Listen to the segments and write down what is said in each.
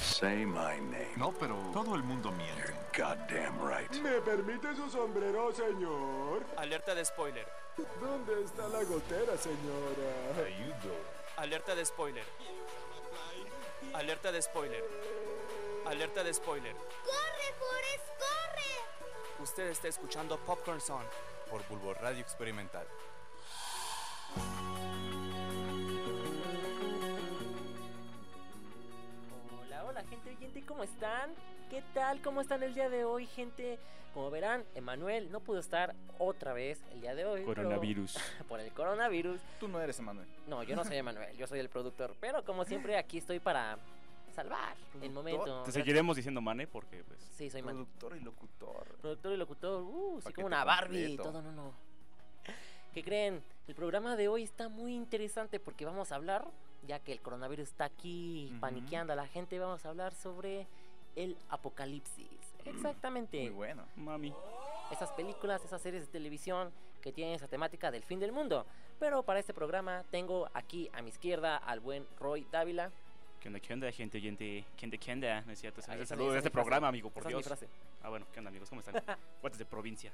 Say my name. No, pero todo el mundo miente. You're goddamn right. ¿Me permite su sombrero, señor? Alerta de spoiler. ¿Dónde está la gotera, señora? Alerta de spoiler. Alerta de spoiler. Alerta de spoiler. ¡Corre, Forrest, corre! Usted está escuchando Popcorn Song. por Bulbo Radio Experimental. Hola, hola gente oyente, ¿cómo están? ¿Qué tal? ¿Cómo están el día de hoy, gente? Como verán, Emanuel no pudo estar otra vez el día de hoy. pero- Coronavirus. por el coronavirus. Tú no eres Emanuel. No, yo no soy Emanuel, yo soy el productor. Pero como siempre, aquí estoy para salvar el momento. Te seguiremos diciendo Mane porque pues Sí, soy Emanuel. Productor y locutor. Productor y locutor, uh, soy Paquete como una Barbie, completo. todo en uno. ¿Qué creen? El programa de hoy está muy interesante porque vamos a hablar, ya que el coronavirus está aquí Ujú. paniqueando a la gente, vamos a hablar sobre el apocalipsis. Exactamente. Mm, Muy bueno. mami. Esas películas, esas series de televisión que tienen esa temática del fin del mundo. Pero para este programa tengo aquí a mi izquierda al buen Roy Dávila. ¿Qué onda, qué onda, gente oyente? ¿Qué onda, qué onda? No es cierto, Ahí se está, saludos esa de es este mi frase. programa, amigo, por Esa es mi Dios. frase. Ah, bueno, ¿qué onda, amigos? ¿Cómo están? Cuates de provincia.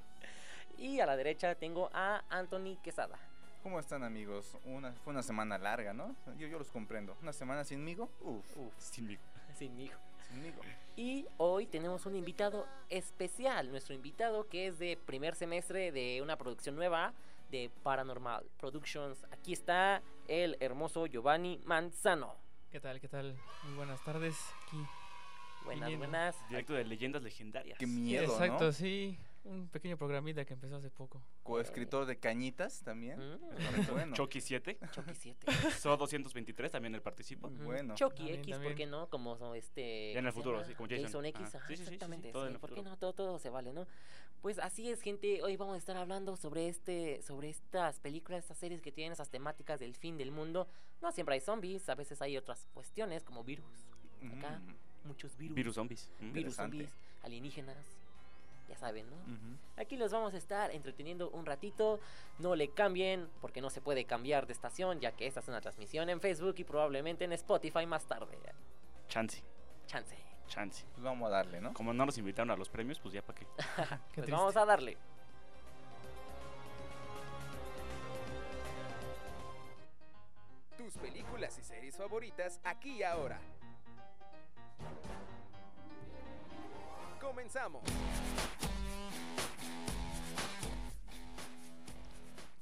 Y a la derecha tengo a Anthony Quesada. ¿Cómo están, amigos? Una, fue una semana larga, ¿no? Yo, yo los comprendo. Una semana sinmigo. Uf. Uf, Sin mi- sin hijo. Sinmigo. Y hoy tenemos un invitado especial, nuestro invitado que es de primer semestre de una producción nueva de Paranormal Productions. Aquí está el hermoso Giovanni Manzano. ¿Qué tal? ¿Qué tal? Muy buenas tardes. Aquí. Buenas, Bien. buenas. Directo de leyendas legendarias. Qué miedo, Exacto, ¿no? sí. Un pequeño programita que empezó hace poco. Coescritor de Cañitas también. Mm, Está muy bueno. Chucky 7, Chucky 7. So 223 también él participa. Muy Ujú. bueno. Chucky También, X, ¿por también. qué no? Como so- este. Ya en ¿cómo se el futuro, llama? sí, como Jason. Jason X, Ajá. ajá, Sí, sí, sí, sí, exactamente. todo en sí, el ¿Por qué futuro. no? Todo, todo se vale, ¿no? Pues así es, gente. Hoy vamos a estar hablando sobre este, sobre estas películas, estas series que tienen esas temáticas del fin del mundo. No siempre hay zombies, a veces hay otras cuestiones como virus, Mm. acá. muchos virus, Virus zombies. Mm. virus Interesante. zombies, alienígenas. Ya saben, ¿no? Ujú. Aquí los vamos a estar entreteniendo un ratito. No le cambien, porque no se puede cambiar de estación, ya que esta es una transmisión en Facebook y probablemente en Spotify más tarde. Chance, Chance. chance. Pues vamos a darle, ¿no? Como no nos invitaron a los premios, pues ya para qué. Qué Pues triste. vamos a darle. Tus películas y series favoritas aquí y ahora. Comenzamos.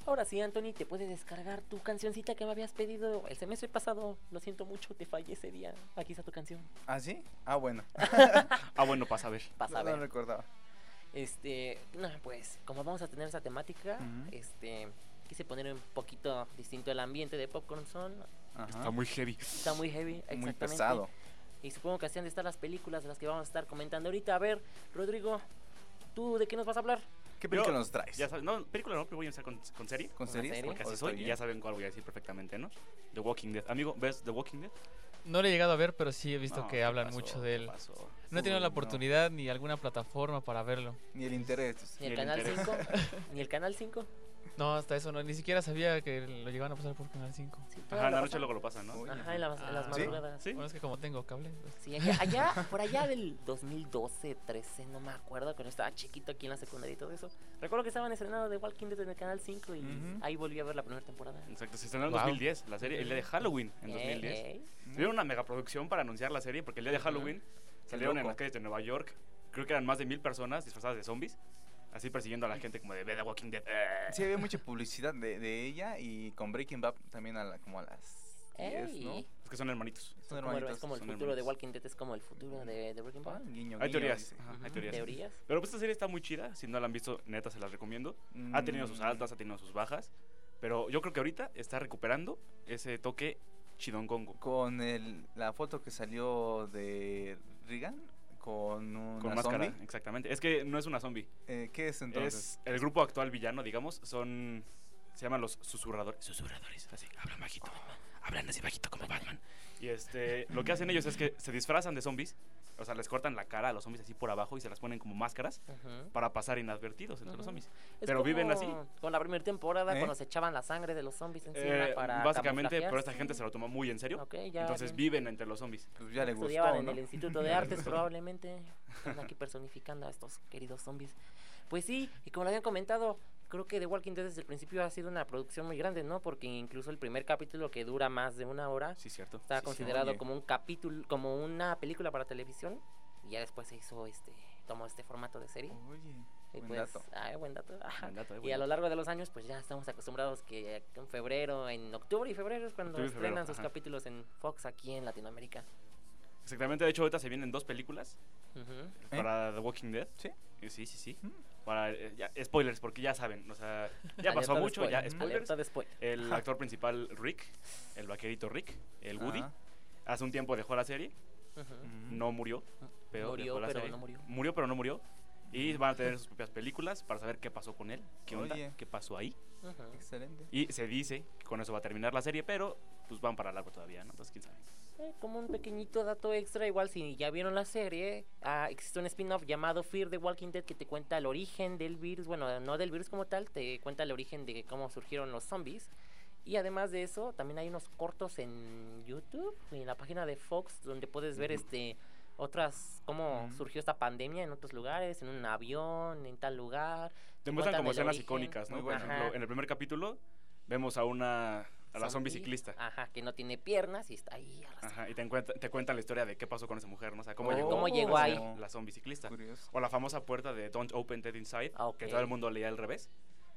Ahora sí, Anthony, te puedes descargar tu cancioncita que me habías pedido el semestre pasado. Lo siento mucho, te fallé ese día. Aquí está tu canción. ¿Ah, sí? Ah, bueno. Ah, bueno, pasa a ver. Pasa a No lo ver. recordaba. Este, no, pues, como vamos a tener esa temática, Ujú. este, quise poner un poquito distinto el ambiente de Popcorn Zone. Ajá. Está muy heavy. Está muy heavy, Muy exactamente. pesado. Y supongo que así han de estar las películas de las que vamos a estar comentando ahorita. A ver, Rodrigo, ¿tú de qué nos vas a hablar? ¿Qué película Yo- nos traes? Ya sabes, no, película no, pero voy a empezar con, con serie. ¿Con ¿Una series? serie? ¿O Porque así está soy y bien? ya saben cuál voy a decir perfectamente, ¿no? The Walking Dead. Amigo, ¿ves The Walking Dead? No lo he llegado a ver, pero sí he visto No, que ¿qué hablan pasó? mucho ¿Qué de él. pasó? No he tenido Uy, la no. oportunidad ni alguna plataforma para verlo. Ni el interés. ¿Ni el, Ni el Canal interés. 5? ¿Ni el Canal 5? No, hasta eso no. Ni siquiera sabía que lo llegaban a pasar por Canal 5. Sí, todavía Ajá, en lo la noche pasan. luego lo pasan, ¿no? Uy, Ajá, en, las- en las Ah, ¿sí? madrugadas. Sí. Bueno, es que como tengo cable. pues, Sí, allá, allá- por allá del 2012, 13, no me acuerdo, cuando estaba chiquito aquí en la secundaria y todo eso. Recuerdo que estaban estrenando The Walking Dead en el Canal 5 y Ujú. ahí volví a ver la primera temporada. Exacto, se estrenó en Wow. 2010, la serie, el día de Halloween, en 2010. Ey, ey. Tuvieron una megaproducción para anunciar la serie, porque el día de Halloween salieron en loco. las calles de Nueva York, creo que eran más de mil personas disfrazadas de zombies, así persiguiendo a la gente como de "Ve The Walking Dead. eh". Sí, había mucha publicidad de, de ella y con Breaking Bad también a la- como a las 10, Ey. ¿no? Es que son hermanitos. Como Son el- hermanitos. es como el son futuro de hermanitos. Walking Dead, es como el futuro de, de Breaking Ah, Bad. guiño, Hay guiño, teorías, dice. ajá, hay Ujú, teorías. ¿Teorías? Pero pues esta serie está muy chida, si no la han visto, neta, se las recomiendo. Ha tenido sus Mm, altas, ha tenido sus bajas, pero yo creo que ahorita está recuperando ese toque chidongongo. Con el, la foto que salió de Regan con una Con máscara, zombie. exactamente. Es que no es una zombie. Eh, ¿Qué es entonces? Es el grupo actual villano, digamos, son Se llaman los susurradores. Susurradores, así, hablan bajito. Hablan así bajito como Batman. Y este, lo que hacen ellos es que se disfrazan de zombies. O sea, les cortan la cara a los zombies así por abajo y se las ponen como máscaras Ujú. para pasar inadvertidos entre los zombies. Es Pero viven así. como Con la primera temporada, ¿Eh? cuando se echaban la sangre de los zombies encima Eh, para. básicamente, pero esta camuflajearse. gente se lo tomó muy en serio. Ok, ya. Entonces bien. viven entre los zombies. Pues ya le Estudiaban gustó, en ¿no? el Instituto de Artes, probablemente. Están aquí personificando a estos queridos zombies. Pues sí, y como lo habían comentado, creo que The Walking Dead desde el principio ha sido una producción muy grande, ¿no? Porque incluso el primer capítulo que dura más de una hora Sí, cierto. está sí, considerado oye. como un capítulo, como una película para televisión. Y ya después se hizo este, tomó este formato de serie. Oye, Y buen pues, dato. ay, buen dato. ajá. Buen dato, Y eh, a buen lo dato. largo de los años, pues ya estamos acostumbrados que en febrero, en octubre y febrero es cuando Octubre y febrero, estrenan sus ajá. capítulos en Fox aquí en Latinoamérica. Exactamente, de hecho, ahorita se vienen dos películas Ujú. ¿Eh? para The Walking Dead. ¿Sí? Eh, Sí, sí, sí. Mm. Para, eh, ya- spoilers, porque ya saben, o sea, ya Alerta pasó de mucho, ya spoiler. spoilers. Alerta de spoiler. El actor principal, Rick, el vaquerito Rick, el Woody, Ah. Ajá. hace un tiempo dejó la serie, Ujú. Mm. no murió, pero Murió, dejó la pero serie. no murió. Mm. pero no murió. Y van a tener sus propias películas para saber qué pasó con él, qué onda, Oye. qué pasó ahí. Ujú. Excelente. Y se dice que con eso va a terminar la serie, pero pues van para largo todavía, ¿no? Entonces, quién sabe. Eh, como un pequeñito dato extra, igual si ya vieron la serie, ah, existe un spin-off llamado Fear the Walking Dead que te cuenta el origen del virus, bueno, no del virus como tal, te cuenta el origen de cómo surgieron los zombies. Y además de eso, también hay unos cortos en YouTube y en la página de Fox donde puedes ver Ujú. este otras cómo Ujú. surgió esta pandemia en otros lugares, en un avión, en tal lugar. Te muestran cuentan como el escenas origen. icónicas, ¿no? Muy Por bueno. ejemplo, Ajá. en el primer capítulo vemos a una a la zombie ciclista. Ajá, que no tiene piernas y está ahí arrastrando. Ajá, y te, encuent- te cuentan la historia de qué pasó con esa mujer, ¿no? O sea, cómo Ah, Oh. llegó, ¿Cómo llegó a ahí? ser la zombie ciclista. Curioso. O la famosa puerta de Don't Open Dead Inside, Ah, que ok. todo el mundo leía al revés.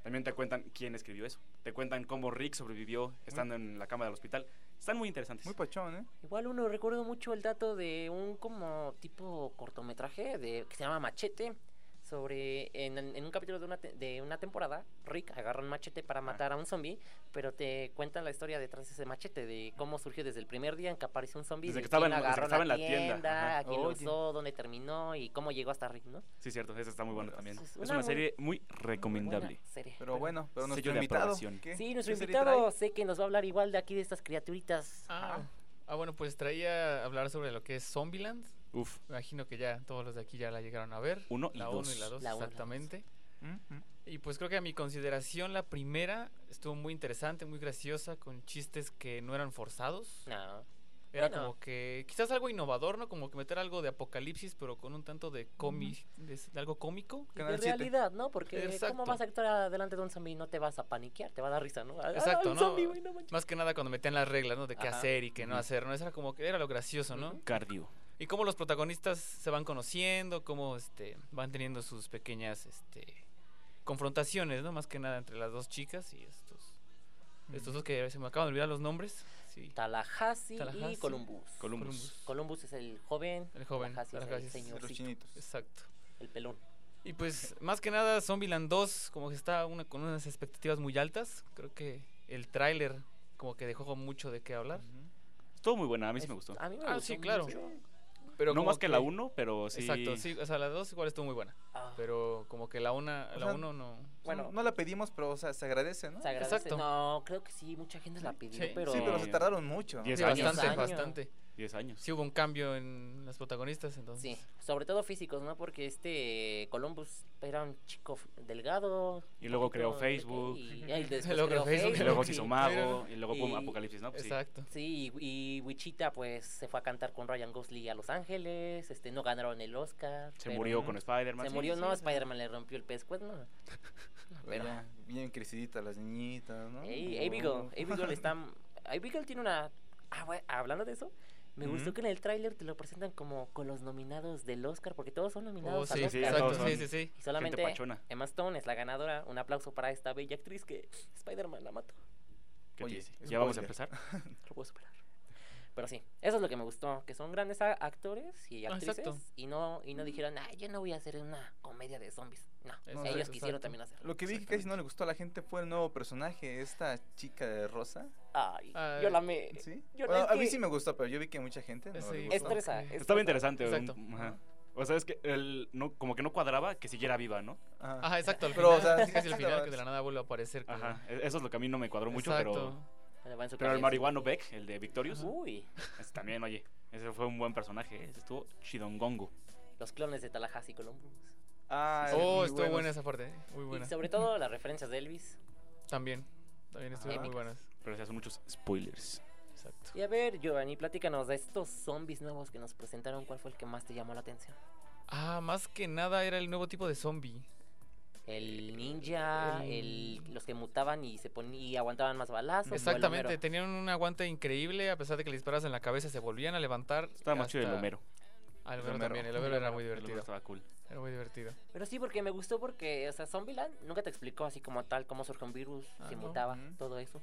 También te cuentan quién escribió eso. Te cuentan cómo Rick sobrevivió estando en la cama del hospital. Están muy interesantes. Muy pachón, ¿eh? Igual uno recuerdo mucho el dato de un como tipo cortometraje de, que se llama Machete. Sobre, en, en un capítulo de una, te- de una temporada, Rick agarra un machete para matar a un zombie, pero te cuentan la historia detrás de ese machete, de cómo surgió desde el primer día en que apareció un zombie, Desde de que estaba quién en- desde que agarró estaba la en la tienda, tienda, ajá. a quién lo Oye. usó, dónde terminó y cómo llegó hasta Rick, ¿no? Sí, cierto, esa está muy buena también. Pues, Es Es una una, muy- serie muy Buena recomendable. serie, Pero bueno, pero Sello nuestro de invitado. aprobación. ¿qué? Sí, nuestro ¿Qué serie invitado trae? sé que nos va a hablar igual de aquí de estas criaturitas. Ah, Ajá. ah, bueno, pues traía a hablar sobre lo que es Zombieland. Uf, Me imagino que ya todos los de aquí ya la llegaron a ver. Uno y la dos. 1 y la 2, La uno y la dos. exactamente. Mm, Mm-hmm. mm. Y pues creo que a mi consideración la primera estuvo muy interesante, muy graciosa, con chistes que no eran forzados. No. Era Bueno. como que quizás algo innovador, ¿no? Como que meter algo de apocalipsis, pero con un tanto de cómic, de, s- de algo cómico. Y Canal de siete. realidad, ¿no? Porque Exacto. ¿cómo vas a actuar delante de un zombie? No te vas a paniquear, te va a dar risa, ¿no? Ah, ah, Exacto, el ¿no? zombie, güey, no manches. Más que nada cuando metían las reglas, ¿no? De qué Ajá. hacer y qué no Ujú. hacer, ¿no? Eso era como que era lo gracioso, ¿no? Ujú. cardio. Y cómo los protagonistas se van conociendo, cómo este, van teniendo sus pequeñas este, confrontaciones, ¿no? Más que nada entre las dos chicas y estos, estos dos que se me acaban de olvidar los nombres. Sí. Tallahassee, y Tallahassee. Columbus. Columbus. Columbus es el joven. El joven, Tallahassee, Tallahassee es es el De los señorcito, chinitos. Exacto. el pelón. Y pues, más que nada, Zombieland 2 como que está una, con unas expectativas muy altas. Creo que el tráiler como que dejó mucho de qué hablar. Ujú. Estuvo muy buena, a mí sí me Es- gustó. A mí me Ah, gustó sí, claro. mucho. Pero no como más que la 1, pero sí. Exacto, sí. O sea, la 2 igual estuvo muy buena. Ah, Pero como que la 1 O la sea, uno no... Bueno. No, no la pedimos, pero o sea, se agradece, ¿no? se agradece. Exacto. No, creo que sí, mucha gente la pidió, Sí, pero... Sí, pero se Eh, tardaron mucho. diez Sí, años. bastante, Diez años. bastante. 10 años. Sí hubo un cambio en las protagonistas, entonces. Sí, sobre todo físicos, ¿no? Porque este Columbus era un chico f- delgado. Y luego poquito creó de- Facebook. Y, y después Luego creó creó Facebook. Y luego se Sí, hizo mago, pero- y luego pum, y- apocalipsis, ¿no? Pues sí. Exacto. Sí, y, y Wichita pues se fue a cantar con Ryan Gosling a Los Ángeles, este no ganaron el Oscar. Se pero- murió con Spider-Man. Se sí, murió, sí, no, o sea, Spider-Man le rompió el pescuezo, no. Pero ya, bien creciditas las niñitas, ¿no? Ey, Abigail, Oh. Abigail está... Abigail tiene una... Ah, bueno, hablando de eso, me gustó Ujú. que en el tráiler te lo presentan como con los nominados del Oscar, porque todos son nominados Oh, al sí, Oscar. sí, ya exacto, todos sí, sí, son- sí. Y Gente solamente pachona. Emma Stone es la ganadora. Un aplauso para esta bella actriz que Spider-Man la mató. ¿qué Oye, dice? es Ya vamos a spoiler. empezar. Lo puedo superar. Pero sí, eso es lo que me gustó, que son grandes a- actores y Ah, actrices exacto. y no y no dijeron, "Ah, yo no voy a hacer una comedia de zombies." No, Exacto, ellos exacto. quisieron también hacerlo. Lo que vi que casi no le gustó a la gente fue el nuevo personaje, esta chica de rosa. Ay, Ay, yo la me ¿Sí? Eh, yo- Bueno, es a mí que- sí me gustó, pero yo vi que mucha gente no le Sí. gustó. estresa, Ok. estresa. Estaba interesante. un- Exacto. ajá. O sea, es que él no, como que no cuadraba que siguiera viva, ¿no? Ajá, Ah, exacto. Al Pero, o final, sea, casi al exacto, final que es- de la nada vuelve a aparecer. como- Ajá. e- Eso es lo que a mí no me cuadró mucho, Exacto. pero. Bueno, va en su Pero el cabeza. marihuano Beck, el de Victorious, Uy, ese también, oye. Ese fue un buen personaje. ¿eh? Ese estuvo chidongongo. los clones de Tallahassee y Columbus. Ah, Oh, muy estuvo buenos. buena esa parte. eh, Muy buena. Y sobre todo las referencias de Elvis. También. También estuvieron muy Épicas. buenas. Pero se hacen muchos spoilers. Exacto. Y a ver, Giovanni, platícanos de estos zombies nuevos que nos presentaron. ¿Cuál fue el que más te llamó la atención? Ah, más que nada era el nuevo tipo de zombie. El ninja, el... el- los que mutaban y se ponían y aguantaban más balazos. o el Exactamente, Homero. tenían un aguante increíble, a pesar de que le disparas en la cabeza se volvían a levantar. Estaba más chido el hasta- Homero. Ah, el El Homero Homero. también, el Homero era muy El Homero divertido. Estaba cool. Era muy divertido. Pero sí, porque me gustó porque, o sea, Zombieland nunca te explicó así como tal cómo surge un virus, Ah, si no. mutaba, Ujú. todo eso.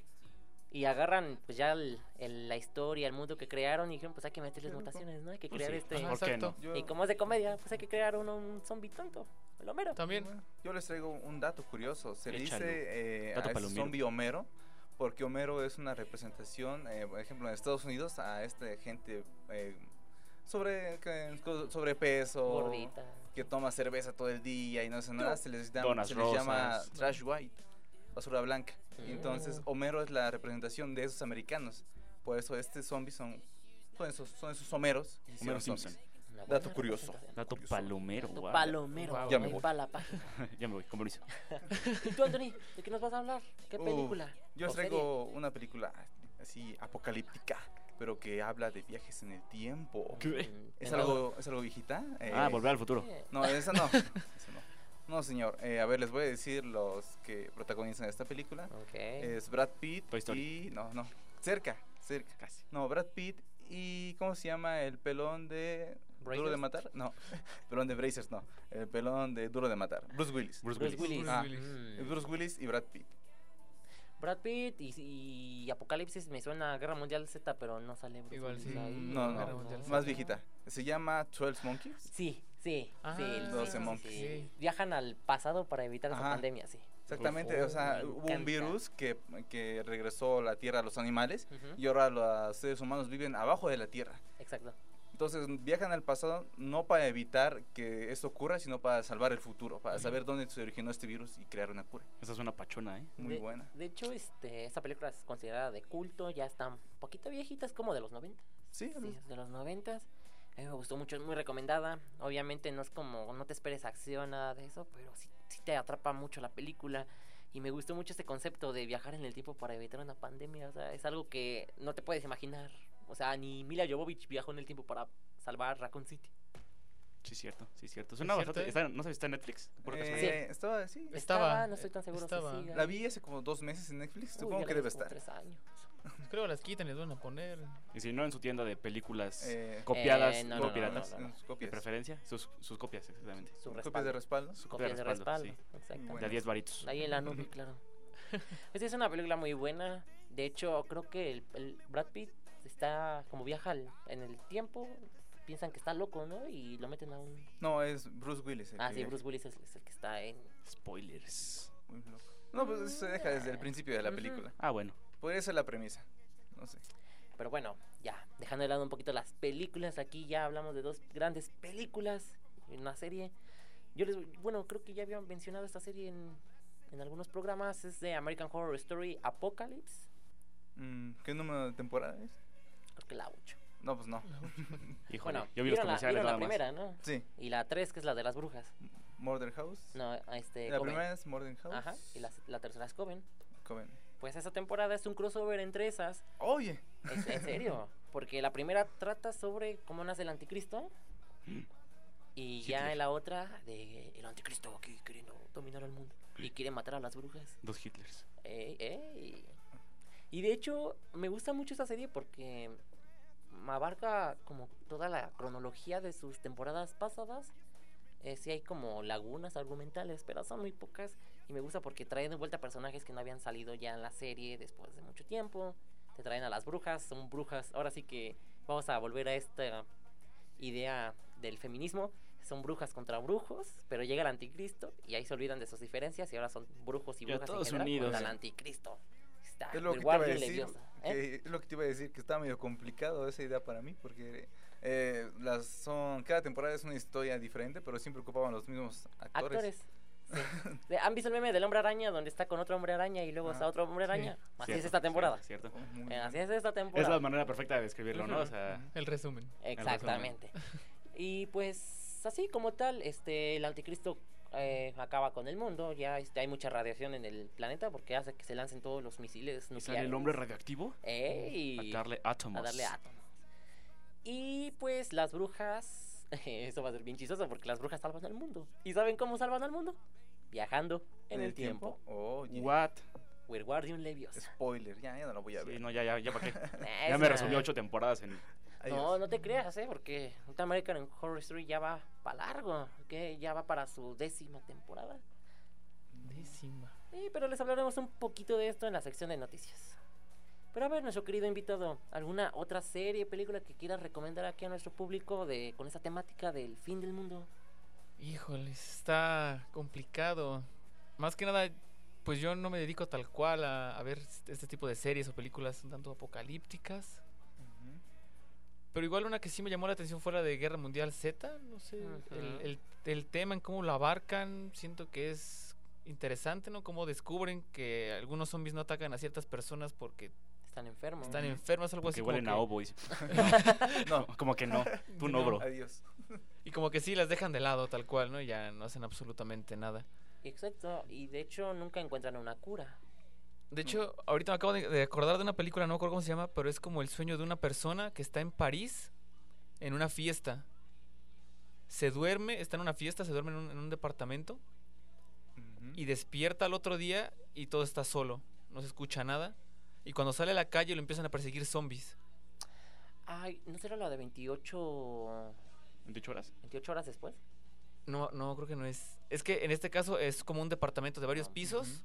Y agarran pues ya el- el- la historia, el mundo que crearon y dijeron, pues hay que meterles mutaciones, ¿no? Hay que Pues crear sí, este... Ajá, ¿Por qué no? exacto. Yo- Y como es de comedia, pues hay que crear uno, un zombie tonto, el Homero. También. Bueno, Yo les traigo un dato curioso. Se le Échalo. dice eh, Dato a este palomero. zombie Homero porque Homero es una representación, eh, por ejemplo, en Estados Unidos a este gente eh, sobre que- co- sobrepeso, Gordita. que toma cerveza todo el día y no hace nada, se les, llama- Donas se les llama rosas. Oh. trash white, basura blanca. Y Entonces Mm. Homero es la representación de esos americanos. Por eso este zombie son, son esos, son esos Homeros. que hicieron Homero Simpson. zombies. Una Dato buena curioso. representación. Dato Curioso. palomero. Dato guau. palomero, Guau. Ya me ahí voy. va la página. ya me voy, compromiso. ¿Y tú, Anthony? ¿De qué nos vas a hablar? ¿Qué Uf, película? Yo ¿O os serie? traigo una película así apocalíptica, pero que habla de viajes en el tiempo. Mm, ¿Es pero- algo, ¿Es algo viejita? Eh, Ah, volver al futuro. Eh, No, esa no. esa no. No, señor. Eh, a ver, les voy a decir los que protagonizan esta película. Ok. Es Brad Pitt Toy Story. y... No, no. Cerca, cerca. Casi. No, Brad Pitt y... ¿Cómo se llama? El pelón de... ¿Duro de ¿Brazers? matar? No. pelón de Brazers, no. El pelón de Duro de matar. Bruce Willis. Bruce Bruce Willis. Willis. Ah, Willis. Mm. Bruce Willis y Brad Pitt. Brad Pitt y, y Apocalipsis me suena a Guerra Mundial Z, pero no sale Bruce Igual Willis sí. ahí. No, no, Guerra Mundial Z. Más viejita. Se llama 12 Monkeys. Sí, sí, Ah, sí. el- 12 sí, sí, monkeys. sí. Viajan al pasado para evitar esa Ajá. pandemia, sí. Exactamente, Uf, o sea, me hubo un encanta. virus que, que regresó a la Tierra a los animales Ujú, y ahora los seres humanos viven abajo de la Tierra. Exacto. Entonces viajan al pasado no para evitar que esto ocurra, sino para salvar el futuro, para saber dónde se originó este virus y crear una cura. Esa es una pachona, ¿eh? Muy De- buena. De hecho, este, esta película es considerada de culto, ya está un poquito viejita, es como de los 90. Sí, Sí, es de los 90. A mí me gustó mucho, es muy recomendada. Obviamente no es como, no te esperes acción, nada de eso, pero sí, sí te atrapa mucho la película. Y me gustó mucho este concepto de viajar en el tiempo para evitar una pandemia. O sea, es algo que no te puedes imaginar. O sea, ni Mila Jovovich viajó en el tiempo para salvar Raccoon City. Sí, cierto. Sí, cierto. Suena Es cierto, bastante. ¿eh? está- no sé si está en Netflix. Por Eh, casualidad. Estaba, sí. Estaba, eh, no estoy tan seguro estaba. si siga. La vi hace como dos meses en Netflix, Uy, supongo ya que la vi debe hace como estar. tres años. Creo las quitan y les van a poner. Y si no, en su tienda de películas Eh, copiadas, Eh, no, no, no, no, piratas. no, no, no. Sus De copias. preferencia, sus, sus copias, exactamente. Su Copias respaldo. de respaldo. Sus Copias de respaldo. sí. Exactamente. Bueno. De a 10 varitos. Ahí en la nube, claro. Pues es una película muy buena. De hecho, creo que el, el Brad Pitt está como viaja al- en el tiempo. Piensan que está loco, ¿no? Y lo meten a un. No, es Bruce Willis. el Ah, que- sí, Bruce Willis es, es el que está en. Spoilers. muy loco. No, pues se deja desde el principio de la Ujú. película. Ah, bueno. Podría ser la premisa. No sé. Pero bueno, ya, dejando de lado un poquito las películas. Aquí ya hablamos de dos grandes películas en una serie. Yo les. Bueno, creo que ya habían mencionado esta serie en, en algunos programas. Es de American Horror Story Apocalypse. Mm, ¿Qué número de temporada es? Creo que la 8. No, pues no. Híjole, Bueno, yo vi los vieron la, comerciales vieron la nada más. primera, ¿no? Sí, Y la 3, que es la de las brujas. Murder House. No, a este. la Coven. primera es Murder House. Ajá. Y la, la tercera es Coven. Coven. Pues esa temporada es un crossover entre esas. Oye, Es- en serio. Porque la primera trata sobre cómo nace el anticristo. Y ya en la otra de el anticristo que quiere no- dominar al mundo. Y quiere matar a las brujas. Dos Hitlers. Ey, ey. Y de hecho, me gusta mucho esta serie porque me abarca como toda la cronología de sus temporadas pasadas. Eh, sí hay como lagunas argumentales, pero son muy pocas. Y me gusta porque traen de vuelta personajes que no habían salido ya en la serie después de mucho tiempo. Te traen a las brujas, son brujas. Ahora sí que vamos a volver a esta idea del feminismo. Son brujas contra brujos, pero llega el anticristo y ahí se olvidan de sus diferencias y ahora son brujos y Ya brujas en todos general unidos. contra el anticristo. Está es lo del que te iba a Guardian decir. Leviosa, ¿eh? que es lo que te iba a decir, que está medio complicado esa idea para mí, porque Eh, las son, cada temporada es una historia diferente, pero siempre ocupaban los mismos actores. Actores. Sí. ¿Han visto el meme del hombre araña donde está con otro hombre araña y luego está Ah, otro hombre araña? Así Cierto, es esta temporada. Cierto. Oh, muy Eh, bien. Así es esta Es temporada. la manera perfecta de describirlo, ¿no? O sea, El resumen. Exactamente. Y pues así como tal, este el anticristo eh, acaba con el mundo. Ya este, hay mucha radiación en el planeta porque hace que se lancen todos los misiles ¿y nucleares. sale el hombre radioactivo Ey, a darle a átomos. darle átomos. Y pues las brujas, eso va a ser bien chistoso porque las brujas salvan al mundo. ¿Y saben cómo salvan al mundo? Viajando en el, tiempo. Oye, What? Wingardium Leviosa. spoiler, ya, ya no lo voy a Sí, ver. no, ya, ya, ya, ¿para qué? Nah, Ya es me una- resumió ocho temporadas en... Adiós. No, no te creas, ¿eh? Porque American Horror Story ya va para largo, que ya va para su décima temporada. Décima. Sí, pero les hablaremos un poquito de esto en la sección de noticias. Pero a ver, nuestro querido invitado, ¿alguna otra serie, película que quieras recomendar aquí a nuestro público de con esta temática del fin del mundo? Híjoles, está complicado. Más que nada, pues yo no me dedico tal cual a, a ver este este tipo de series o películas un tanto apocalípticas. Ujú. Pero igual una que sí me llamó la atención fuera de Guerra Mundial Z, no sé, el, el- el tema en cómo lo abarcan, siento que es interesante, ¿no? Cómo descubren que algunos zombies no atacan a ciertas personas porque Están enfermos. están enfermas o algo así. Que como huelen a que- obois. No, Como que no. Tú no, bro. adiós. Y como que sí, las dejan de lado tal cual, ¿no? Y ya no hacen absolutamente nada. Exacto, y de hecho nunca encuentran una cura. De hecho, ahorita me acabo de de acordar de una película, no me acuerdo cómo se llama, pero es como el sueño de una persona que está en París en una fiesta. Se duerme, está en una fiesta, se duerme en un, en un departamento Ujú. y despierta al otro día y todo está solo, no se escucha nada. Y cuando sale a la calle lo empiezan a perseguir zombies. Ay, ¿no será la de 28, ¿28 horas? 28 horas después? No, no, creo que no es. Es que en este caso es como un departamento de varios Ah, pisos ujú.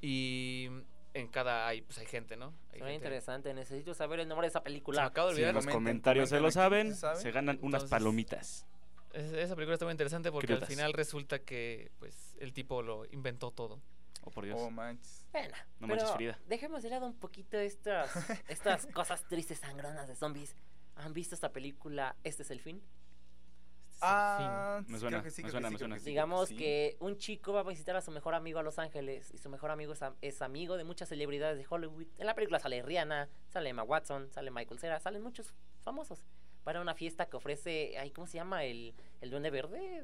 y en cada hay, pues hay gente, ¿no? Hay Suena gente. interesante, necesito saber el nombre de esa Se me película. acaba de Si olvidar. en los Comenten, comentarios se lo comenten aquí, saben, ¿se sabe? se ganan unas Entonces- palomitas. Es- Esa película está muy interesante porque Criutas. al final resulta que pues el tipo lo inventó todo. Oh, por Dios. Oh, manches. Bueno, No manches, pero Frida. Dejemos de lado un poquito estas, estas cosas tristes, sangronas de zombies. ¿Han visto esta película? Este es el fin. Este es el Ah, Me suena, me suena, me suena. Sí, Digamos sí. que un chico va a visitar a su mejor amigo a Los Ángeles y su mejor amigo es, am- es amigo de muchas celebridades de Hollywood. En la película sale Rihanna, sale Emma Watson, sale Michael Cera, salen muchos famosos. Para una fiesta que ofrece, ay, ¿cómo se llama? El, el Duende Verde.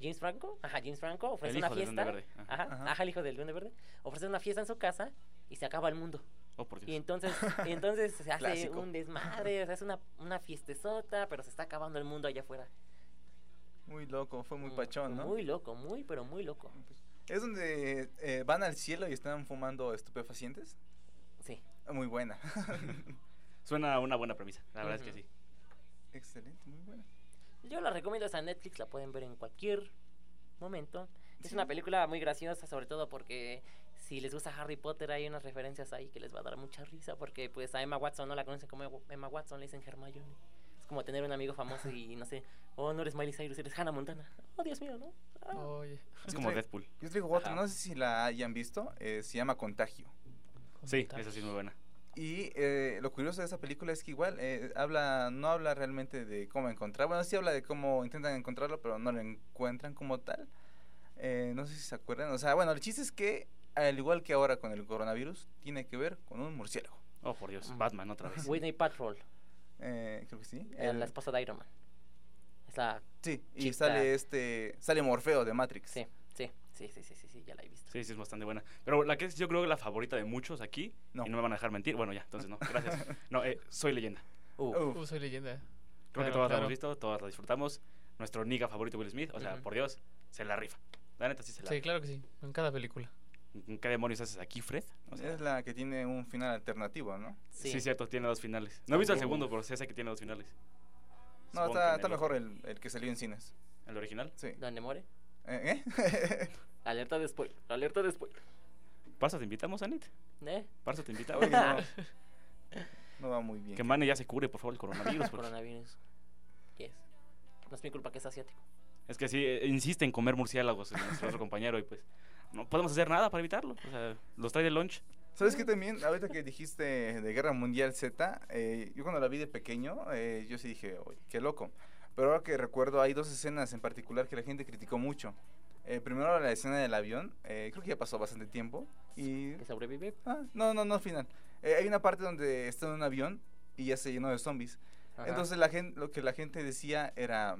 James Franco. Ajá, James Franco ofrece El hijo pues, una del Duende fiesta. Verde. Ah, Ajá, Ajá. ajá, el hijo del Duende Verde. Ofrece una fiesta en su casa y se acaba el mundo. Oh, por Y Dios. entonces, y entonces se hace Clásico. un desmadre, o sea, es una, una fiestezota, pero se está acabando el mundo allá afuera. Muy loco, fue muy Mm, pachón, ¿no? Muy loco, muy, pero muy loco. Es donde eh, van al cielo y están fumando estupefacientes. Sí. Muy buena. Suena a una buena premisa. La verdad es Ujú. que sí. Excelente, muy buena. Yo la recomiendo, esa Netflix, la pueden ver en cualquier momento. Es Sí. una película muy graciosa, sobre todo porque si les gusta Harry Potter hay unas referencias ahí que les va a dar mucha risa, porque pues a Emma Watson no la conocen como Ewa- Emma Watson, le dicen Hermione. Es como tener un amigo famoso y no sé, oh, no eres Miley Cyrus, eres Hannah Montana. Oh, Dios mío, ¿no? Ah. fin. Oye. Es Yo como traigo- Deadpool. Yo traigo otra, Ajá. no sé si la hayan visto, eh, se llama Contagio. Sí, Contagio. esa sí es muy buena. Y eh, lo curioso de esa película es que igual eh, habla, no habla realmente de cómo encontrar, bueno, sí habla de cómo intentan encontrarlo, pero no lo encuentran como tal. Eh, no sé si se acuerdan, o sea, bueno, el chiste es que, al igual que ahora con el coronavirus, tiene que ver con un murciélago. Oh, por Dios. Batman otra vez. Whitney Patrol, Eh, creo que sí. eh, el- la esposa de Iron Man. Es la... sí, y chica. sale este, sale Morfeo de Matrix. Sí, sí, sí, sí, sí, sí, sí, ya la he visto. Sí, sí, es bastante buena. Pero la que es, yo creo que la favorita de muchos aquí, No. y no me van a dejar mentir. Bueno, ya, entonces no. Gracias. No, eh, soy leyenda. Uh, Uf. Uh, soy leyenda. Creo Claro, que todas la claro. hemos visto, todas la disfrutamos. Nuestro niga favorito, Will Smith. O sea, Ujú. por Dios, se la rifa. La neta sí se la Sí, rifa. claro que sí. En cada película. ¿Qué demonios haces aquí, Fred? O sea, es la que tiene un final alternativo, ¿no? sí. sí. cierto, tiene dos finales. No he visto el Uf. segundo, pero sé esa que tiene dos finales. No, Supongo está, que está en el- mejor el, el que salió en cines. ¿El original? Sí. ¿Dónde muere? Eh, ¿eh? Alerta de spoiler, alerta de spoiler. Paso, te invitamos, Anit. ¿Eh? Paso, te invitamos. Oye, no, no va muy bien. Que Mane ya se cure, por favor, el coronavirus. porque- Coronavirus. Yes. No es mi culpa que es asiático. Es que sí, eh, insiste en comer murciélagos en nuestro otro compañero y pues no podemos hacer nada para evitarlo. O sea, los trae de lunch. ¿Sabes qué también? Ahorita que dijiste de Guerra Mundial Z, eh, yo cuando la vi de pequeño, eh, yo sí dije, "Uy, qué loco. Pero ahora que recuerdo, hay dos escenas en particular que la gente criticó mucho. Eh, primero la escena del avión, eh, creo que ya pasó bastante tiempo. Y Que sobrevive. Ah, no, no, no, final. Eh, hay una parte donde está en un avión y ya se llenó de zombies. Ajá. Entonces la gente, lo que la gente decía era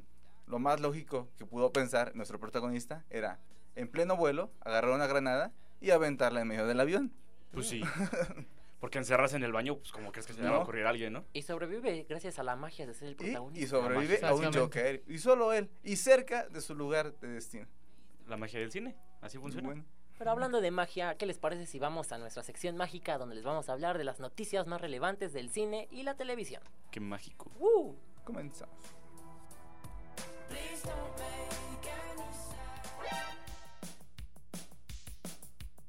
lo más lógico que pudo pensar nuestro protagonista era en pleno vuelo agarrar una granada y aventarla en medio del avión. Pues sí. Porque encerrarse en el baño, pues como crees que se le va a No. ocurrir a alguien, ¿no? Y sobrevive gracias a la magia de ser el Y, protagonista. ¿Eh? y sobrevive a un Exactamente. choque aéreo. Y solo él. Y cerca de su lugar de destino. La magia del cine. Así funciona. Bueno, Pero hablando de magia, ¿qué les parece si vamos a nuestra sección mágica donde les vamos a hablar de las noticias más relevantes del cine y la televisión? ¡Uh! Qué mágico. ¡Woo! comenzamos.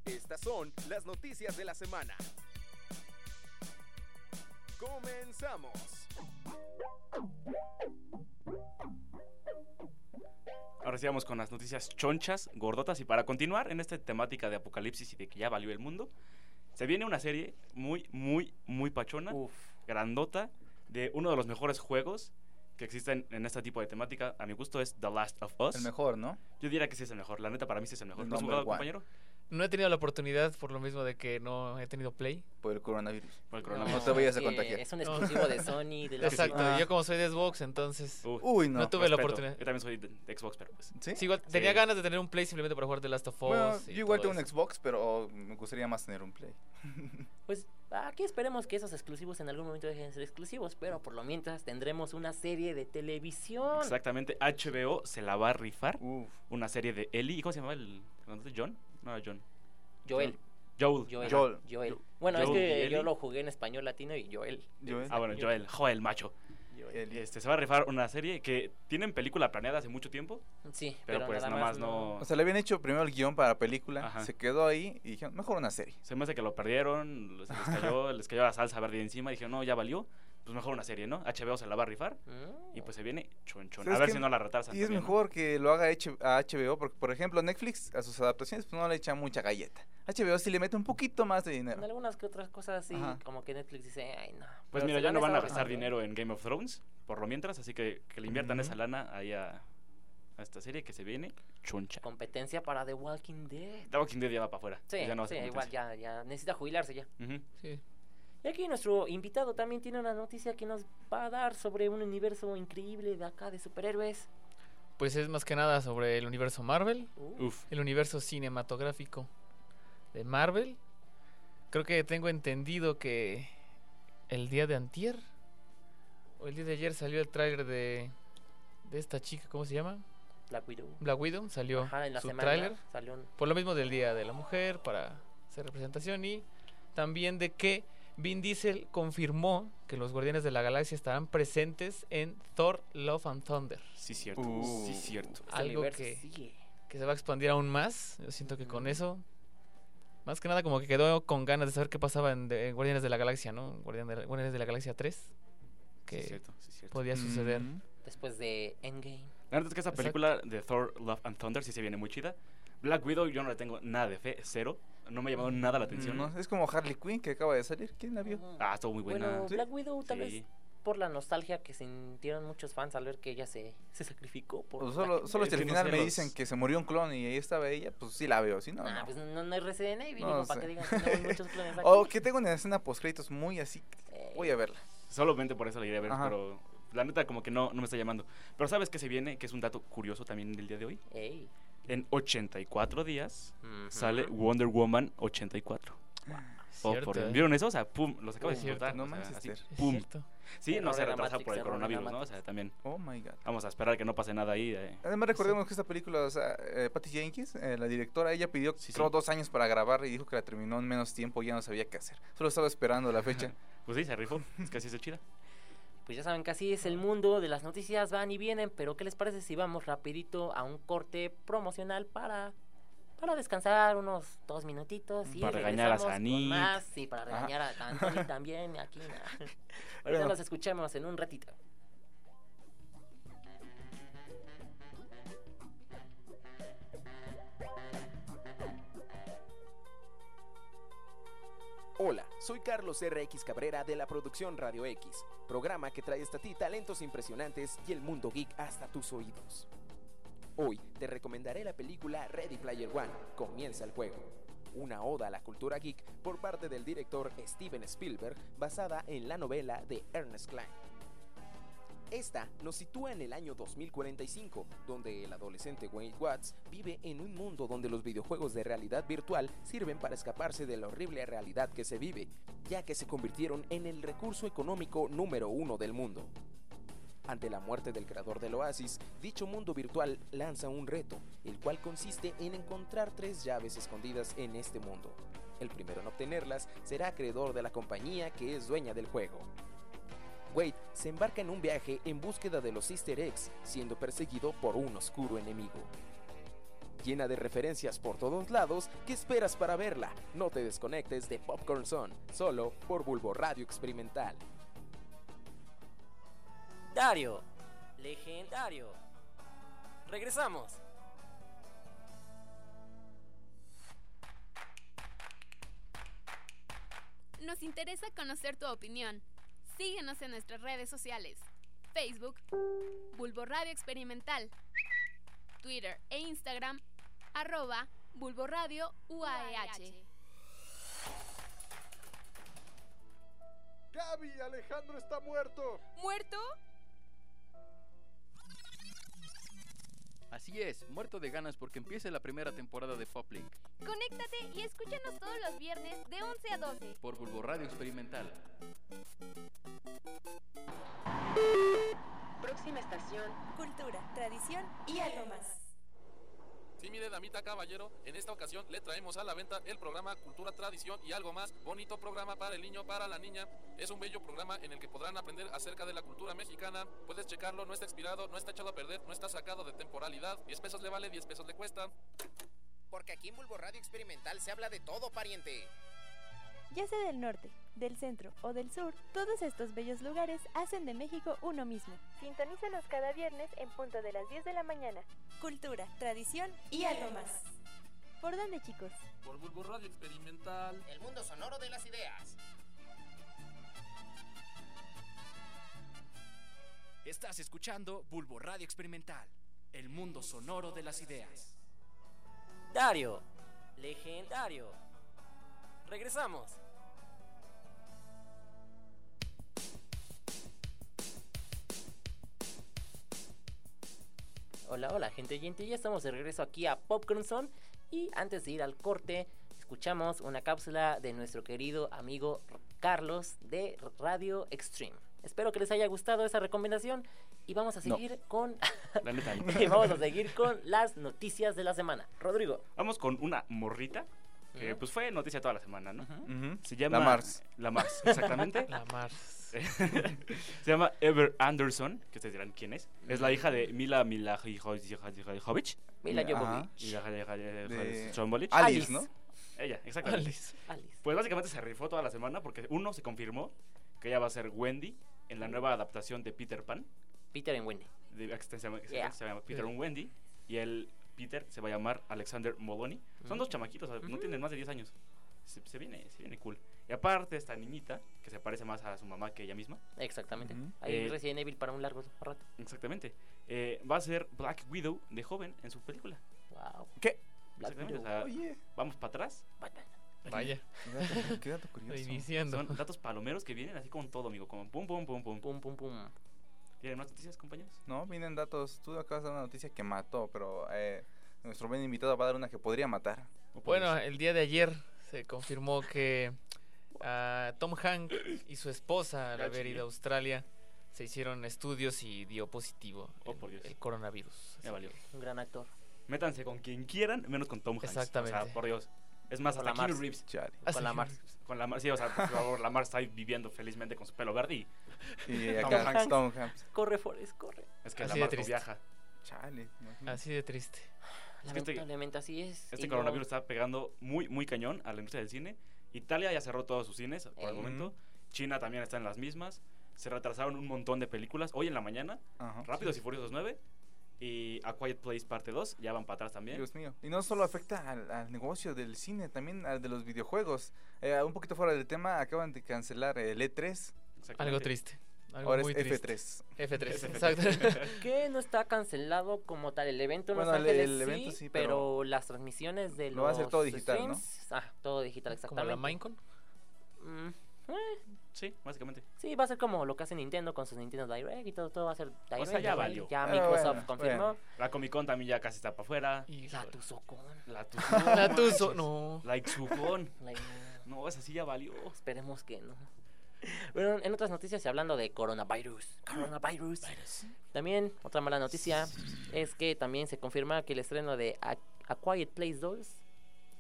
Estas son las noticias de la semana. Comenzamos. Ahora sí vamos con las noticias chonchas, gordotas. Y para continuar en esta temática de apocalipsis y de que ya valió el mundo, se viene una serie muy, muy, muy pachona, Uf. grandota, de uno de los mejores juegos que existen en este tipo de temática. A mi gusto es The Last of Us. El mejor, ¿no? Yo diría que sí es el mejor. La neta, para mí sí es el mejor. El ¿No has number jugado, one. compañero? No he tenido la oportunidad por lo mismo de que no he tenido play. Por el coronavirus. Por el No, coronavirus. te vayas es a que contagiar. Es un No. exclusivo de Sony. De la- Exacto, Ah. yo como soy de Xbox, entonces... Uh, Uy, no. No tuve la respeto. oportunidad. Yo también soy de, de Xbox, pero pues. ¿Sí? Sí, igual, Sí. tenía ganas de tener un play simplemente para jugar The Last of Us. Bueno, y yo igual todo tengo un eso. Xbox, pero me gustaría más tener un Play. Pues aquí esperemos que esos exclusivos en algún momento dejen de ser exclusivos, pero por lo mientras tendremos una serie de televisión. Exactamente, HBO se la va a rifar. Uf. Una serie de Ellie. ¿Cómo se llamaba el. grandote? ¿John? No, era John. Joel, Joel. Joel, Joel. Joel. Bueno, es Joel y que Ellie. yo lo jugué en español latino y Joel. Joel. Ah, bueno, Joel. Joel, macho. eh, El- Este, se va a rifar una serie que tienen película planeada hace mucho tiempo, Sí, pero, pero, pues nada nada más no... O sea, le habían hecho primero el guión para la película, Ajá. se quedó ahí y dijeron, mejor una serie. Se me hace que lo perdieron, se les cayó, les cayó la salsa verde encima, dijeron, no, ya valió, pues mejor una serie, ¿no? HBO se la va a rifar Mm. y pues se viene chonchón. A ¿Sabes ver qué? si no la retrasan. Y es también, ¿no? mejor que lo haga H- a HBO, porque por ejemplo Netflix a sus adaptaciones pues, no le echa mucha galleta. HBO sí le mete un poquito más de En dinero. algunas que otras cosas así, Ajá. como que Netflix dice, ay, no. Pues pero mira, se ya van no van a estar gastar ahorrando, ¿eh? dinero en Game of Thrones, por lo mientras, así que que le inviertan Ujú. esa lana ahí a, a esta serie que se viene choncha. Competencia para The Walking Dead. The Walking Dead ya va para afuera. Sí, Pues ya no va a sí, ser igual competencia. ya, ya necesita jubilarse ya. Ujú. Sí. Y aquí nuestro invitado también tiene una noticia que nos va a dar sobre un universo increíble de acá de superhéroes. Pues es más que nada sobre el universo Marvel, Uh, Uf. el universo cinematográfico de Marvel. Creo que tengo entendido que el día de antier o el día de ayer salió el tráiler de, de esta chica, ¿cómo se llama? Black Widow. Black Widow, salió Ajá, en la su semana tráiler. salió un... este Por lo mismo del Día de la Mujer, para hacer representación y también de que Vin Diesel confirmó que los Guardianes de la Galaxia estarán presentes en Thor, Love and Thunder. Sí, cierto. Uh. Sí, cierto. este Algo universo que, sigue. que se va a expandir aún más. Yo siento que con Mm. Ujú. eso, más que nada como que quedó con ganas de saber qué pasaba en, de- en Guardianes de la Galaxia, ¿no? Guardian de la- Guardianes de la Galaxia 3, que Sí, cierto. Sí, cierto. podía suceder. Mm. Después de Endgame. La verdad es que esa Exacto. película de Thor, Love and Thunder sí se viene muy chida. Black Widow yo no le tengo nada de fe, cero. No me ha llamado nada la atención. No, es como Harley Quinn que acaba de salir. ¿Quién la vio? Ah, estuvo muy buena. Bueno, Sí. Black Widow tal Sí. vez por la nostalgia que sintieron muchos fans al ver que ella se, se sacrificó por... Pues solo solo Es si al que no final sé me los- dicen que se murió un clon y ahí estaba ella, pues sí la veo, si no, Ah, no. pues no, no hay RCN y No vinimos para sé. que Oh, digan que tenemos muchos clones aquí. O que tengo una escena post créditos muy así, Eh, voy a verla. Solamente por eso la iré a ver, Ajá. pero la neta como que no, no me está llamando. Pero ¿sabes que se viene? Que es un dato curioso también del día de hoy. ey. En 84 días Ujú. sale Wonder Woman 84. Oh, por Cierto, Dios. ¿eh? ¿Vieron eso? O sea, pum, los acabo de Es cierto, explotar. Oh, no este, o sea, manches, así, Esther. Es pum. cierto. Sí, no Error se de la retrasa Matrix, por el error de la coronavirus, ¿no? O Matrix. sea, también Oh my god. vamos a esperar que no pase nada ahí. eh. Además recordemos que esta película, o sea, eh, Patty Jenkins, eh, la directora, ella pidió Sí, sí. creo, dos años para grabar y dijo que la terminó en menos tiempo, ya no sabía qué hacer. Solo estaba esperando la fecha. Pues sí, se rifó. Es que así se chida. Pues ya saben que así es el mundo de las noticias, van y vienen, pero ¿qué les parece si vamos rapidito a un corte promocional para, para descansar unos dos minutitos? Y Para regañar a regresamos con Sanit. más, Sí, Ah. para regañar a Anthony también, aquí. na. Ahorita Bueno. nos escuchamos en un ratito. Hola, soy Carlos RX Cabrera de la producción Radio X, programa que trae hasta ti talentos impresionantes y el mundo geek hasta tus oídos. Hoy te recomendaré la película Ready Player One, comienza el juego. Una oda a la cultura geek por parte del director Steven Spielberg basada en la novela de Ernest Klein. Esta nos sitúa en el año 2045, donde el adolescente Wayne Watts vive en un mundo donde los videojuegos de realidad virtual sirven para escaparse de la horrible realidad que se vive, ya que se convirtieron en el recurso económico número uno del mundo. Ante la muerte del creador del Oasis, dicho mundo virtual lanza un reto, el cual consiste en encontrar tres llaves escondidas en este mundo. El primero en obtenerlas será acreedor de la compañía que es dueña del juego. Wade se embarca en un viaje en búsqueda de los Easter eggs, siendo perseguido por un oscuro enemigo. Llena de referencias por todos lados, ¿qué esperas para verla? No te desconectes de Popcorn Zone, solo por Bulbo Radio Experimental. Legendario. Legendario. Regresamos. Nos interesa conocer tu opinión. Síguenos en nuestras redes sociales. Facebook, Bulbo Radio Experimental, Twitter e Instagram, arroba Bulbo Radio UAEH. Gaby, Alejandro está muerto. ¿Muerto? Así es, muerto de ganas porque empiece la primera temporada de Poplink Conéctate y escúchanos todos los viernes de 11 a 12. por Bulbo Radio Experimental. Próxima estación, cultura, tradición y algo más. Sí, mire, damita caballero, en esta ocasión le traemos a la venta el programa Cultura, Tradición y algo más. Bonito programa para el niño, para la niña. Es un bello programa en el que podrán aprender acerca de la cultura mexicana. Puedes checarlo, no está expirado, no está echado a perder, no está sacado de temporalidad. 10 pesos le vale, 10 pesos le cuesta. Porque aquí en Bulbo Radio Experimental se habla de todo, pariente. Ya sea del norte, del centro o del sur, todos estos bellos lugares hacen de México uno mismo. Sintonízanos cada viernes en punto de las 10 de la mañana. Cultura, tradición y algo más. ¿Por dónde, chicos? Por Bulbo Radio Experimental. El mundo sonoro de las ideas. Estás escuchando Bulbo Radio Experimental, el mundo sonoro de las ideas. Legendario. Legendario. Regresamos. Hola, hola, gente oyente. Ya estamos de regreso aquí a Popcorn Zone. Y antes de ir al corte, escuchamos una cápsula de nuestro querido amigo Carlos de Radio Extreme. Espero que les haya gustado esa recomendación y vamos a No. seguir con La neta, no. y vamos a seguir con las noticias de la semana. Rodrigo. Vamos con una morrita que Ujú. pues fue noticia toda la semana, ¿no? Ujú. Ujú. Se llama... La Mars. La Mars, exactamente. La Mars. Se llama Ever Anderson, que ustedes dirán quién es. Es Mm. la hija de Mila Milajovic. Mila Ajá. Jovovich. De- Trombolich. Alice, Alice. ¿no? Ella, exactamente. Alice. Alice. Pues básicamente se rifó toda la semana porque uno se confirmó que ella va a ser Wendy en la nueva adaptación de Peter Pan. Peter and Wendy. de- que este se llama, que se- Yeah. se llama Peter Sí. and Wendy. Y el Peter se va a llamar Alexander Moloney. Son dos Mm. chamaquitos, o sea, no Ujú. tienen más de 10 años. Se, se viene, se viene cool. Y aparte, esta niñita, que se parece más a su mamá que ella misma. Exactamente. Ujú. Ahí Eh, Resident Evil para un largo rato. Exactamente. eh, va a ser Black Widow de joven en su película. Wow. ¿Qué? Black Exactamente, Widow. o sea, Oye. vamos para atrás. Batman. Vaya, Qué dato- Qué dato curioso. reiniciando. Son datos palomeros que vienen así con todo, amigo. Como pum, pum, pum, pum. Pum, pum, pum. ¿Tienen más noticias, compañeros? No, vienen datos. Tú acabas de dar una noticia que mató, pero eh, nuestro buen invitado va a dar una que podría matar. ¿O Bueno, eh, podemos? el día de ayer se confirmó que ah, Tom Hanks y su esposa, al Ah, haber chinga. ido a Australia, se hicieron estudios y dio positivo Oh, el, por Dios. el coronavirus. Ya valió. Un gran actor. Métanse con quien quieran, menos con Tom Hanks. O Exactamente. Ah, sea, por Dios. Es más, Con hasta la Keanu Mars. Reeves. Chale. Con la Mars. Con la Mar, sí, o sea, por favor, la Mar está ahí viviendo felizmente con su pelo verde y Y Tom acá Hanks. Tom Hanks. Corre, Forrest, corre. es que Así la de Mar no triste. viaja. Chale. imagínate. Así de triste. Es que este- Lamentablemente así es. Este y no- coronavirus está pegando muy, muy cañón a la industria del cine. Italia ya cerró todos sus cines por el Eh. Ey. momento. China también está en las mismas. Se retrasaron un montón de películas. Hoy en la mañana, Ajá. Rápidos y Furiosos 9. Y A Quiet Place parte 2, ya van para atrás también. Dios mío. Y no solo afecta al, al negocio del cine, también al de los videojuegos. Eh, un poquito fuera del tema, acaban de cancelar el E3. Algo triste. Algo Ahora muy es triste. F3. F3, exacto. que no está cancelado como tal el evento en Bueno, Los el- Ángeles, el sí, evento sí, pero, pero- las transmisiones de Lo va a hacer los todo digital, ¿no? streams, ah, todo digital Como exactamente. la Minecon. Mm, Sí, básicamente. sí, va a ser como lo que hace Nintendo con sus Nintendo Direct y todo, todo va a ser Direct. O sea, ya Direct, valió. Ya Eh, Microsoft confirmó. Pues, La Comic Con también ya casi está para afuera. La Tuzocon. La Tuzo. La Tuzo, no. La Ixucon. La- No, esa sí ya valió. Esperemos que no. Bueno, en otras noticias, y hablando de coronavirus, coronavirus, también otra mala noticia es que también se confirma que el estreno de A, A Quiet Place 2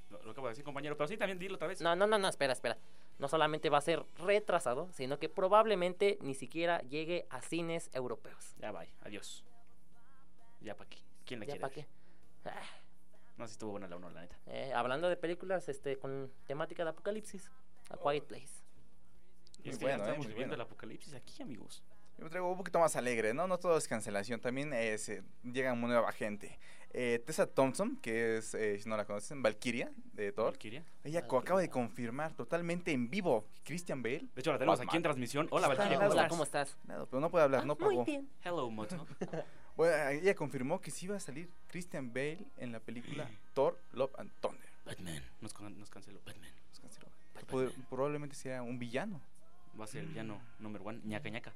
Lo, lo acabo de decir, compañero. Pero sí, también dilo otra vez. No, no, no, no, espera, espera. No solamente va a ser retrasado, sino que probablemente ni siquiera llegue a cines europeos. Ya va, adiós. Ya para qué. ¿Quién le ¿Ya quiere? Ah. para qué? No, si estuvo buena la 1, la neta. Eh, hablando de películas este, con temática de apocalipsis, A Quiet Oh. Place. Y es Muy que bueno, ya eh, estamos muy viviendo bueno. el apocalipsis aquí, amigos. Yo traigo un poquito más alegre, ¿no? No todo es cancelación, también eh, se- llega muy nueva gente. Eh, Tessa Thompson, que es, eh, si no la conocen, Valkyria de Thor. Valkyria. Ella co- acaba de confirmar totalmente en vivo Christian Bale. De hecho, la tenemos aquí en transmisión. Hola, Valkyria. Hola, Hola, ¿Cómo estás? pero no puede Ah, hablar, no pagó. Hello, Moto. Bueno, ella confirmó que sí iba a salir Christian Bale en la película Thor, Love and Thunder. Batman. Nos, con- nos canceló. Batman. Nos canceló. Pod- Probablemente sea un villano. Va a ser el villano number one. ñaca ñaca.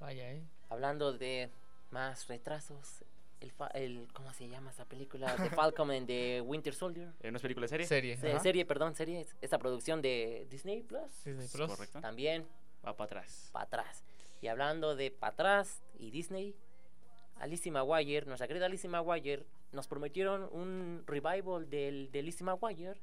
Vaya, eh. Hablando de más retrasos, el, fa- el- ¿cómo se llama esta película? De Falcon and the Winter Soldier. Eh, ¿No es película serie? Serie. Se- Ajá. serie, perdón, serie. es- Esta producción de Disney Plus. Disney Es Plus. Correcto. También Va para atrás. para atrás. Y hablando de para atrás y Disney, Alicia Maguire, nuestra querida Alicia Maguire, nos prometieron un revival del, de Lizzie Maguire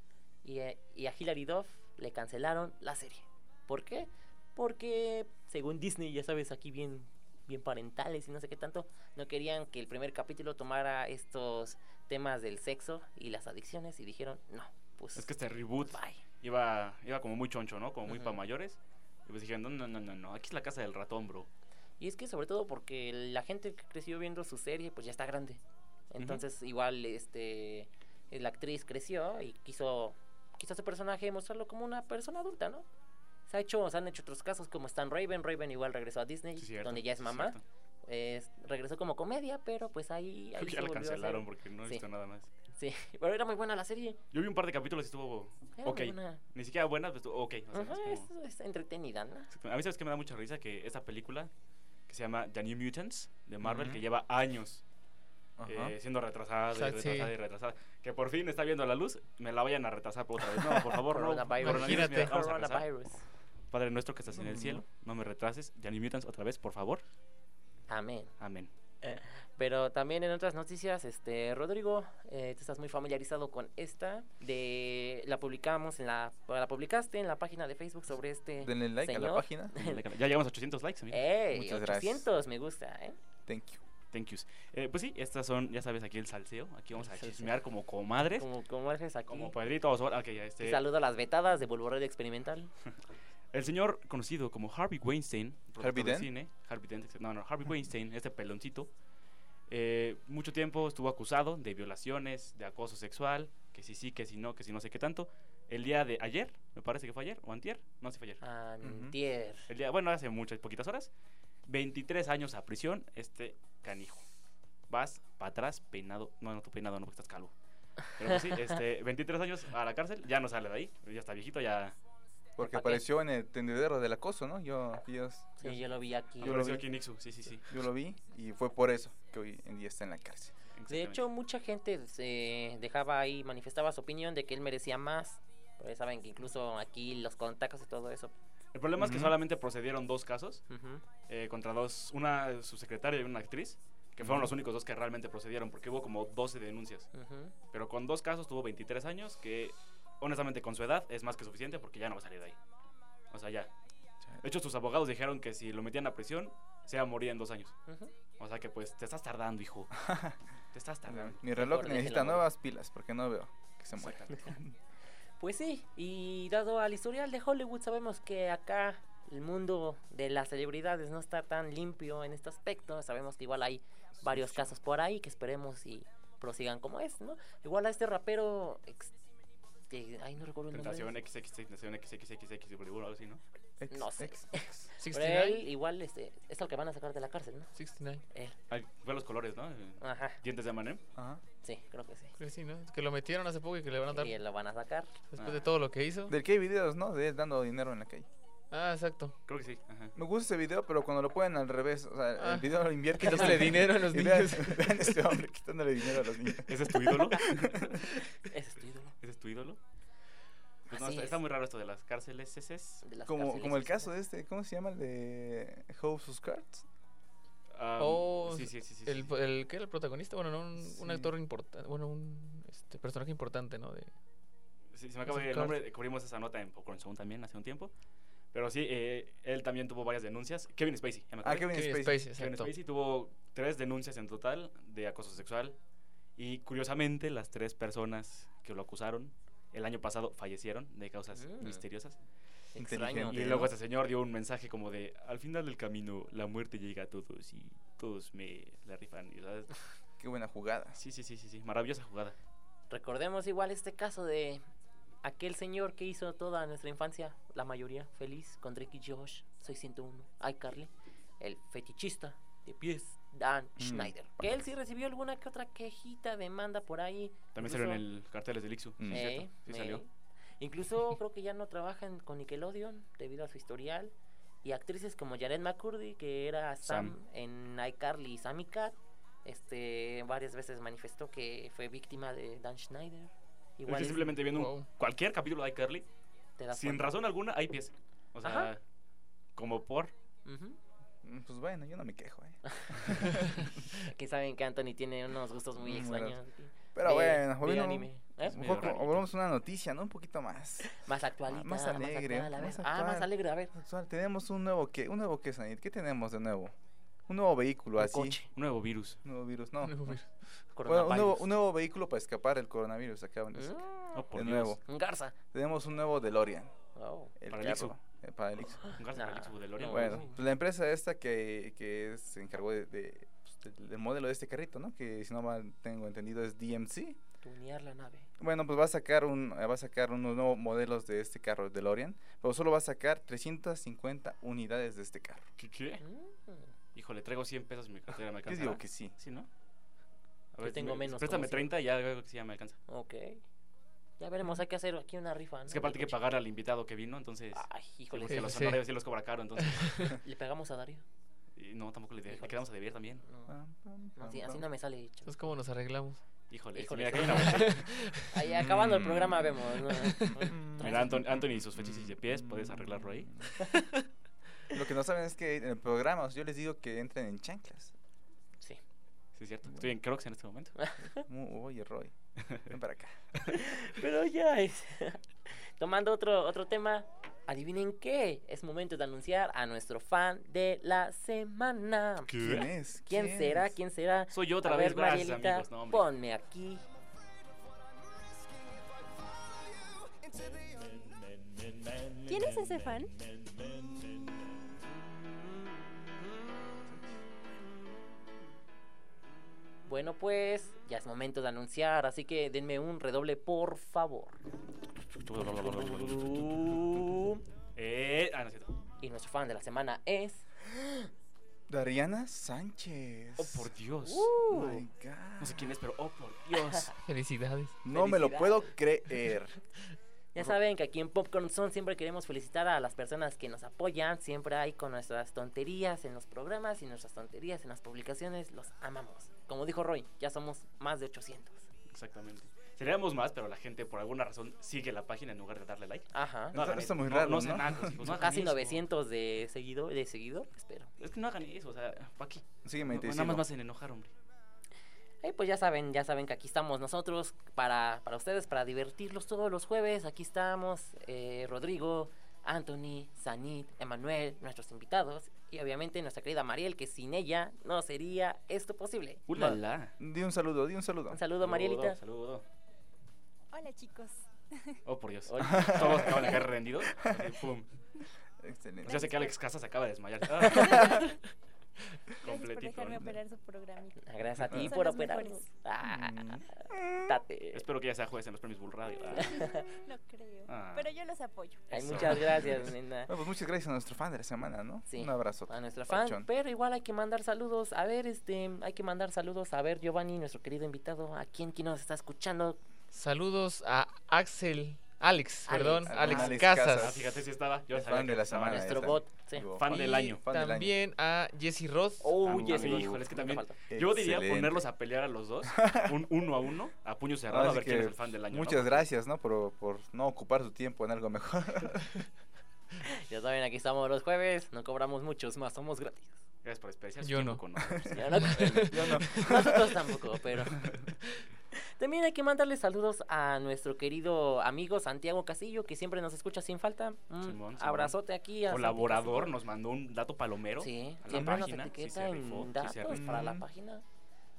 y, eh, y a Hilary Duff le cancelaron la serie. ¿Por qué? Porque según Disney, ya sabes, aquí bien, bien parentales y no sé qué tanto, no querían que el primer capítulo tomara estos temas del sexo y las adicciones y dijeron, no, pues... Es que este reboot bye". iba, iba como muy choncho, ¿no? Como muy Ujú. para mayores. Y pues dijeron, no, no, no, no, no. Aquí es la casa del ratón, bro. Y es que sobre todo porque la gente que creció viendo su serie, pues ya está grande. Entonces, igual, este, la actriz creció y quiso, quiso a su personaje mostrarlo como una persona adulta, ¿no? Se ha hecho, se han hecho otros casos como Stan Raven. Raven igual regresó a Disney, Sí, cierto, donde ya es sí, mamá. cierto. Es- regresó como comedia, pero pues ahí, ahí ya se volvió a la hacer- cancelaron porque no he Sí. visto nada más. Sí, pero era muy buena la serie. Yo vi un par de capítulos y estuvo Era ok. muy buena. Ni siquiera buena, pues estuvo ok. O sea, es Ajá, como- es, es entretenida, ¿no? A mí sabes que me da mucha risa que esta película que se llama The New Mutants de Marvel, Ujú. que lleva años Ajá. eh, siendo retrasada y Exacto, sí. retrasada y retrasada, que por fin está viendo la luz, me la vayan a retrasar por otra vez. No, por favor, no. Coronavirus. Coronavirus, mira, Imagínate. vamos a retrasar. Coronavirus. Padre nuestro que estás en el cielo, no me retrases. The New Mutants otra vez, por favor. Amén. Amén. Pero también en otras noticias, este Rodrigo, eh, tú estás muy familiarizado con esta. De la publicamos en la la publicaste en la página de Facebook sobre este Denle like a la señor. página. Ya llegamos a 800 likes, amigo. ¡Ey! Muchas 800 me gusta, ¿eh? Thank you. Thank yous. Eh, pues sí, estas son, ya sabes, aquí el salseo. Aquí vamos El a salseo. chismear como comadres, ¿Eh? como, Como como eres aquí. padritos. ahora que ya Y este, saludo a las vetadas de Bulbo Radio Experimental. El señor conocido como Harvey Weinstein, productor ¿Harvey de Dent? cine, Harvey Dent, ex- no, no, Harvey Weinstein, este peloncito, eh, mucho tiempo estuvo acusado de violaciones, de acoso sexual, que si sí, que si no, que si no sé qué tanto. El día de ayer, me parece que fue ayer, o antier, no sé si fue ayer. Antier. El día, bueno, hace muchas poquitas horas, 23 años a prisión, este canijo. Vas para atrás peinado, no, no, tú peinado no, porque estás calvo. Pero pues sí, este, 23 años a la cárcel, ya no sale de ahí, ya está viejito, ya Porque ¿Pa' qué? apareció en el tendedero del acoso, ¿no? Yo, Dios, Sí, yo lo vi aquí. Yo lo apareció vi. aquí en Ixu, sí, sí, sí. yo lo vi y fue por eso que hoy en día está en la cárcel. De hecho, mucha gente se dejaba ahí, manifestaba su opinión de que él merecía más. Porque saben que incluso aquí los contactos y todo eso. El problema es que Ujú. solamente procedieron dos casos Ujú. eh, contra dos, una subsecretaria y una actriz, que fueron los únicos dos que realmente procedieron, porque hubo como 12 denuncias. Ujú. Pero con dos casos tuvo 23 años, que honestamente con su edad es más que suficiente porque ya no va a salir de ahí. O sea, ya. De hecho, sus abogados dijeron que si lo metían a prisión, se iba a morir en dos años. Ujú. O sea que pues te estás tardando, hijo. te estás tardando. Mi reloj Mejor necesita déjelo. nuevas pilas porque no veo que se muera. Exactamente. Pues sí, y dado al historial de Hollywood sabemos que acá el mundo de las celebridades no está tan limpio en este aspecto. Sabemos que igual hay varios casos por ahí que esperemos y prosigan como es, ¿no? Igual a este rapero... ex- que- ay, pues, no recuerdo el nombre. Tentación XX, tentación XXXX, algo así, ¿no? No sé. Pero 69. él igual este, es lo que van a sacar de la cárcel, ¿no? 69. Él. Ay, fue los colores, ¿no? Eh, Ajá. Dientes de Manem. Ajá. Sí, creo que sí. Creo que sí, ¿no? Que lo metieron hace poco y que le van a dar. Y lo van a sacar. Después ah. de todo lo que hizo. Del que hay videos, ¿no? De él dando dinero en la calle. Ah, exacto. Creo que sí. Ajá. Me gusta ese video, pero cuando lo ponen al revés, o sea, Ah. el video lo invierte. este Quitándole dinero a los Y vean- niños. Vean este hombre quitándole dinero a los niños. ¿Ese es tu ídolo? Ese es tu ídolo. ¿Ese es tu ídolo? Pues no, Así está, está es. muy raro esto de las cárceles ese es. De las Como, cárceles, como el sí. caso de este, ¿cómo se llama? El de How Sus Cards. Ah, Oh, sí, sí, sí, sí, el, sí. el que era el protagonista, bueno, no, un, un Sí. actor importante, bueno, un este, personaje importante, ¿no? De, Sí, se me acaba de ir el nombre, cubrimos esa nota en Popcorn Zone también hace un tiempo. Pero sí, eh, él también tuvo varias denuncias. Kevin Spacey, ya me Ah, acordé. Kevin Kevin Spacey. Spacey, Kevin exacto. Spacey tuvo tres denuncias en total de acoso sexual. Y curiosamente, las tres personas que lo acusaron el año pasado fallecieron de causas Mm. misteriosas. Extraño. Y luego este señor dio un mensaje como de: Al final del camino, la muerte llega a todos y todos me la rifan. Y, o sea, Qué buena jugada. sí, sí, sí, sí, sí, maravillosa jugada. Recordemos igual este caso de aquel señor que hizo toda nuestra infancia, la mayoría feliz, con Drake y Josh, 601, iCarly, el fetichista de pies, Dan Mm, Schneider. Que él sí recibió alguna que otra quejita, demanda por ahí. También salió en incluso- el carteles del Ixu. Mm. sí, Ey, cierto, sí ey. salió. Incluso creo que ya no trabajan con Nickelodeon debido a su historial. Y actrices como Janet McCurdy, que era Sam, Sam. en iCarly y Sammy Cat, este, varias veces manifestó que fue víctima de Dan Schneider. Es que simplemente viendo un- Wow. cualquier capítulo de iCarly, te das sin cuenta. razón alguna, hay pies. O sea, Ajá. como por. Ujú. Mm, Pues bueno, yo no me quejo, eh. Aquí saben que Anthony tiene unos gustos muy Mm, extraños. Pero De- bueno, de volviendo- anime. ¿Eh? Pues medio mejor rarito. volvamos a una noticia, ¿no? Un poquito más. Más actualita. más alegre, actual, a ver. más Ah, más actual. alegre, a ver. Actual, tenemos un nuevo que, un nuevo que Sanit. ¿Qué tenemos de nuevo? Un nuevo vehículo Un así. coche. Un nuevo virus. Un nuevo virus, no. Nuevo Bueno, virus. un, coronavirus. nuevo, un nuevo vehículo para escapar del coronavirus acaban de sacar. Mm, No, por de Dios. nuevo. Un garza. Tenemos un nuevo DeLorean. Oh. El Para Ah, el carro, Ixu. eh, para el Ixu. Un gas Nah. para el Ixu de Lorian. Bueno, sí. pues la empresa esta que, que se encargó de, de, pues, del- del modelo de este carrito, ¿no? Que si no mal tengo entendido es DMC. Tunear la nave. Bueno, pues va a sacar un eh, va a sacar unos nuevos modelos de este carro DeLorean, pero solo va a sacar 350 unidades de este carro. ¿Qué, qué? Mm. Híjole, traigo 100 pesos en mi cartera, ¿me Yo alcanza? digo que sí. Sí, ¿no? A Yo tengo me- menos, Préstame como 30 y ya veo que sí ya me alcanza. Ok. Ya veremos, hay que hacer aquí una rifa. ¿no? Es que aparte hay Del que coche. pagar al invitado que vino, entonces. Ay, híjole, Porque Sí, los sí. honorarios sí los cobra caro, entonces. le pegamos a Darío. Y no, tampoco le, de- le Híjole. quedamos a deber también. No, Pam, pam, pam, así, así pam. no me sale dicho. Entonces, ¿cómo nos arreglamos? Híjole, es- Híjole. mira, aquí hay una bolsa. Ahí acabando el Mm. programa vemos. ¿no? Mira, Anton- Anthony y sus fetiches de pies, puedes arreglarlo ahí. Mm. Lo que no saben es que en el programa yo les digo que entren en chanclas. Sí. Sí, es cierto. Estoy en Crocs en este momento. ¿Eh? Mu- Oye, Roy, ven para acá. Pero ya es. Tomando otro, otro tema. Adivinen qué. Es momento de anunciar a nuestro fan de la semana. ¿Quién es? ¿Quién, será? es? ¿Quién será? Soy yo otra A vez, ver, gracias, Marielita, amigos. No, hombre. ponme aquí. ¿Quién es ese fan? Bueno, pues ya es momento de anunciar, así que denme un redoble, por favor. Eh, ah, no es cierto. Y nuestro fan de la semana es. Dariana Sánchez. Oh, por Dios. Uh. Oh my God. No sé quién es, pero oh, por Dios. Felicidades. No me lo puedo creer. Ya saben que aquí en Popcorn Zone siempre queremos felicitar a las personas que nos apoyan. Siempre hay con nuestras tonterías en los programas y nuestras tonterías en las publicaciones. Los amamos. Como dijo Roy, ya somos más de 800. Exactamente. Seríamos más, pero la gente por alguna razón sigue la página en lugar de darle like. Ajá. No Está- hagan está eso. muy No- raro, no sean ¿no? nacos, hijos, no hagan Casi eso. 900 de seguidor, de seguidor, espero. Es que no hagan eso, o sea, ¿para qué? Sígueme y te Nada más sigo. más en enojar, hombre. Eh, pues ya saben, ya saben que aquí estamos nosotros para, para ustedes, para divertirlos todos los jueves. Aquí estamos eh, Rodrigo, Anthony, Sanit, Emanuel, nuestros invitados y obviamente nuestra querida Mariel, que sin ella no sería esto posible. Ulala. Di un saludo, di un saludo. Un saludo, Marielita. Saludo. Hola chicos. Oh, por Dios. Hola. Todos acaban de caer rendidos. Así, pum. Excelente. Ya sé que Alex Casas acaba de desmayar. Gracias por Completito. dejarme operar su programita. Gracias a ti Son por los operarnos. mejores. Ah, Mm. tate. Espero que ya sea juez en los premios Bull Radio. Ah. No creo. Ah. Pero yo los apoyo. Ay, Eso. muchas gracias, nena. Bueno, pues muchas gracias a nuestro fan de la semana, ¿no? Sí. Un abrazo. A nuestra fan. Pero igual hay que mandar saludos. A ver, este, hay que mandar saludos. A ver, Giovanni, nuestro querido invitado. ¿A quién, quién nos está escuchando? Saludos a Axel. Alex, Alex. perdón, Ah, Alex, Alex Casas. Ah, fíjate si estaba. Yo El sabía fan que de la estaba. semana. Nuestro está. bot. Sí. Digo, Fan del año. Fan del año. También a Jesse Ross. Oh, Ah, yes, no, hijo, Híjole, es que también. falta. Yo diría Excelente. ponerlos a pelear a los dos, un uno a uno, a puño cerrado, a Así ver quién que es el fan del año. ¿no? Muchas gracias, ¿no? Por, por no ocupar su tiempo en algo mejor. Ya saben, aquí estamos los jueves. No cobramos muchos más, somos gratis. Gracias por desperdiciar su Yo tiempo no. con nosotros. Ya no- Nosotros tampoco, pero. También hay que mandarle saludos a nuestro querido amigo Santiago Castillo, que siempre nos escucha sin falta. Un Simón, Simón. abrazote aquí. a Santi Colaborador nos mandó un dato palomero. Sí, a la siempre nos página, sí etiqueta se en rifó, sí se datos rifó. para la página.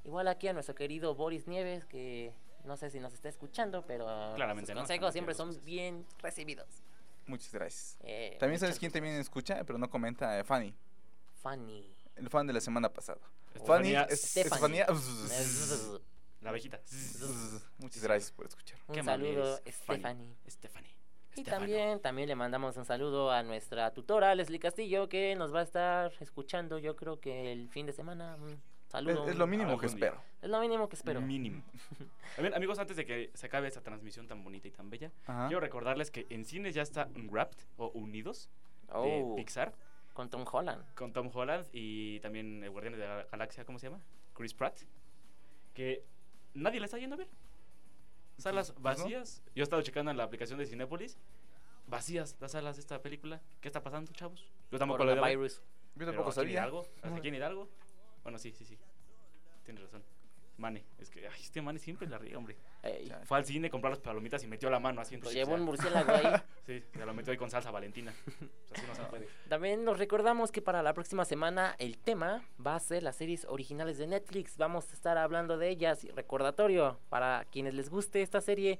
Igual aquí a nuestro querido Boris Nieves, que no sé si nos está escuchando, pero Claramente sus no, consejos estamos siempre bien son nosotros. bien recibidos. muchas gracias. Eh, También muchas sabes quién también escucha, pero no comenta, Eh, Fanny, gracias. Fanny. el fan de la semana pasada. Estefanía Fanny, es- Stephanie. Estefanía. La abejita. Muchas gracias por escuchar. Un Qué mami saludo, eres, Stephanie. Stephanie. Y Estefano. también, también le mandamos un saludo a nuestra tutora, Leslie Castillo, que nos va a estar escuchando yo creo que el fin de semana. Un saludo. Es, es lo mínimo que Algún día. espero. Es lo mínimo que espero. Mínimo. También, amigos, antes de que se acabe esta transmisión tan bonita y tan bella, Ajá. quiero recordarles que en cines ya está Unwrapped o Unidos de Oh, Pixar con Tom Holland. con Tom Holland y también el Guardianes de la Galaxia, ¿cómo se llama? Chris Pratt. Que nadie la está yendo a ver. Salas Pues no. vacías. Yo he estado checando en la aplicación de Cinépolis. Vacías las salas de esta película. ¿Qué está pasando, chavos? Yo tampoco lo he ido a ver, Coronavirus. Yo pero tampoco aquí en sabía. Hidalgo, hasta aquí en Hidalgo. Bueno, sí, sí, sí. Tienes razón. Mane, es que ay, este Mane siempre la riega, hombre. Ey, Ya. Fue al cine, compró las palomitas y metió la mano así. Lo entonces, llevó o un sea, murciélago ahí. Sí, se lo metió ahí con salsa valentina. O sea, así no se puede. También nos recordamos que para la próxima semana el tema va a ser las series originales de Netflix. Vamos a estar hablando de ellas. Y recordatorio, para quienes les guste esta serie,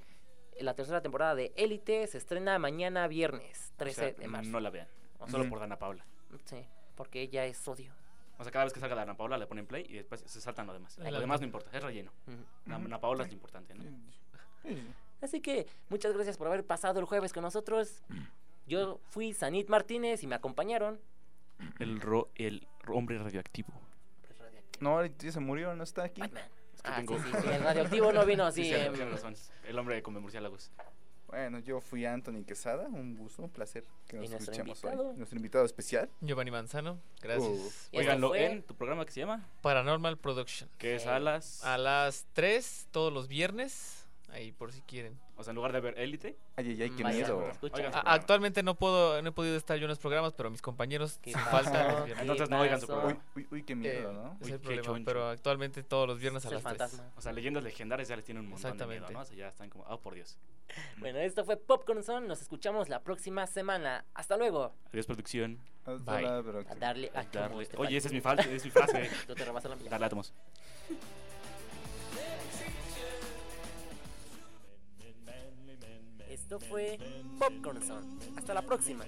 la tercera temporada de Élite se estrena mañana viernes, 13 O sea, de marzo. No la vean. Solo Ujú. por Dana Paula. Sí, porque ella es odio. O sea, cada vez que salga Dana Paola le ponen play y después se saltan lo demás. Lo Adelante. demás no importa, es relleno. Ujú. Na- Ujú. Dana Paola es lo importante, ¿no? Así que muchas gracias por haber pasado el jueves con nosotros. Yo fui Sanit Martínez y me acompañaron. El, ro- el hombre radioactivo. No, ya se murió, no está aquí. Batman. que ah, tengo- sí, sí, sí, el radioactivo no vino Sí, así. sí, em, tiene razón. El hombre come murciélagos. Bueno, yo fui Anthony Quesada, un gusto, un placer que Y nos nuestro escuchamos invitado. hoy. Nuestro invitado especial. Giovanni Manzano. Gracias. y esto Óiganlo fue en tu programa que se llama, Paranormal Production. que es Sí. a las... A las 3 todos los viernes. Ahí por si quieren. O sea, en lugar de ver Élite, Ay, ay, ay, qué Vaya, miedo. escucha. Oigan, A- programa. actualmente no puedo, no he podido estar yo en los programas, pero mis compañeros ¿Qué sin pasó? falta los ¿Qué viernes. Entonces no oigan su pasó? Uy, programa. uy, uy, qué Eh, miedo, ¿no? pues, es Uy, el qué problema, choncho. pero actualmente todos los viernes a El las 3. fantasma. o sea, leyendas legendarias ya les tienen un montón de miedo, Exactamente. ¿no? O sea, ya están como, oh, por Dios. Bueno, esto fue Popcorn Zone. Nos escuchamos la próxima semana. Hasta luego. Adiós, producción. Hasta Bye. la próxima. A darle a Darle... chomos, te Oye, faltó. esa es mi, falta, es mi frase. Tú te robas la mía. Darle átomos. Esto fue Popcorn Zone. Hasta la próxima.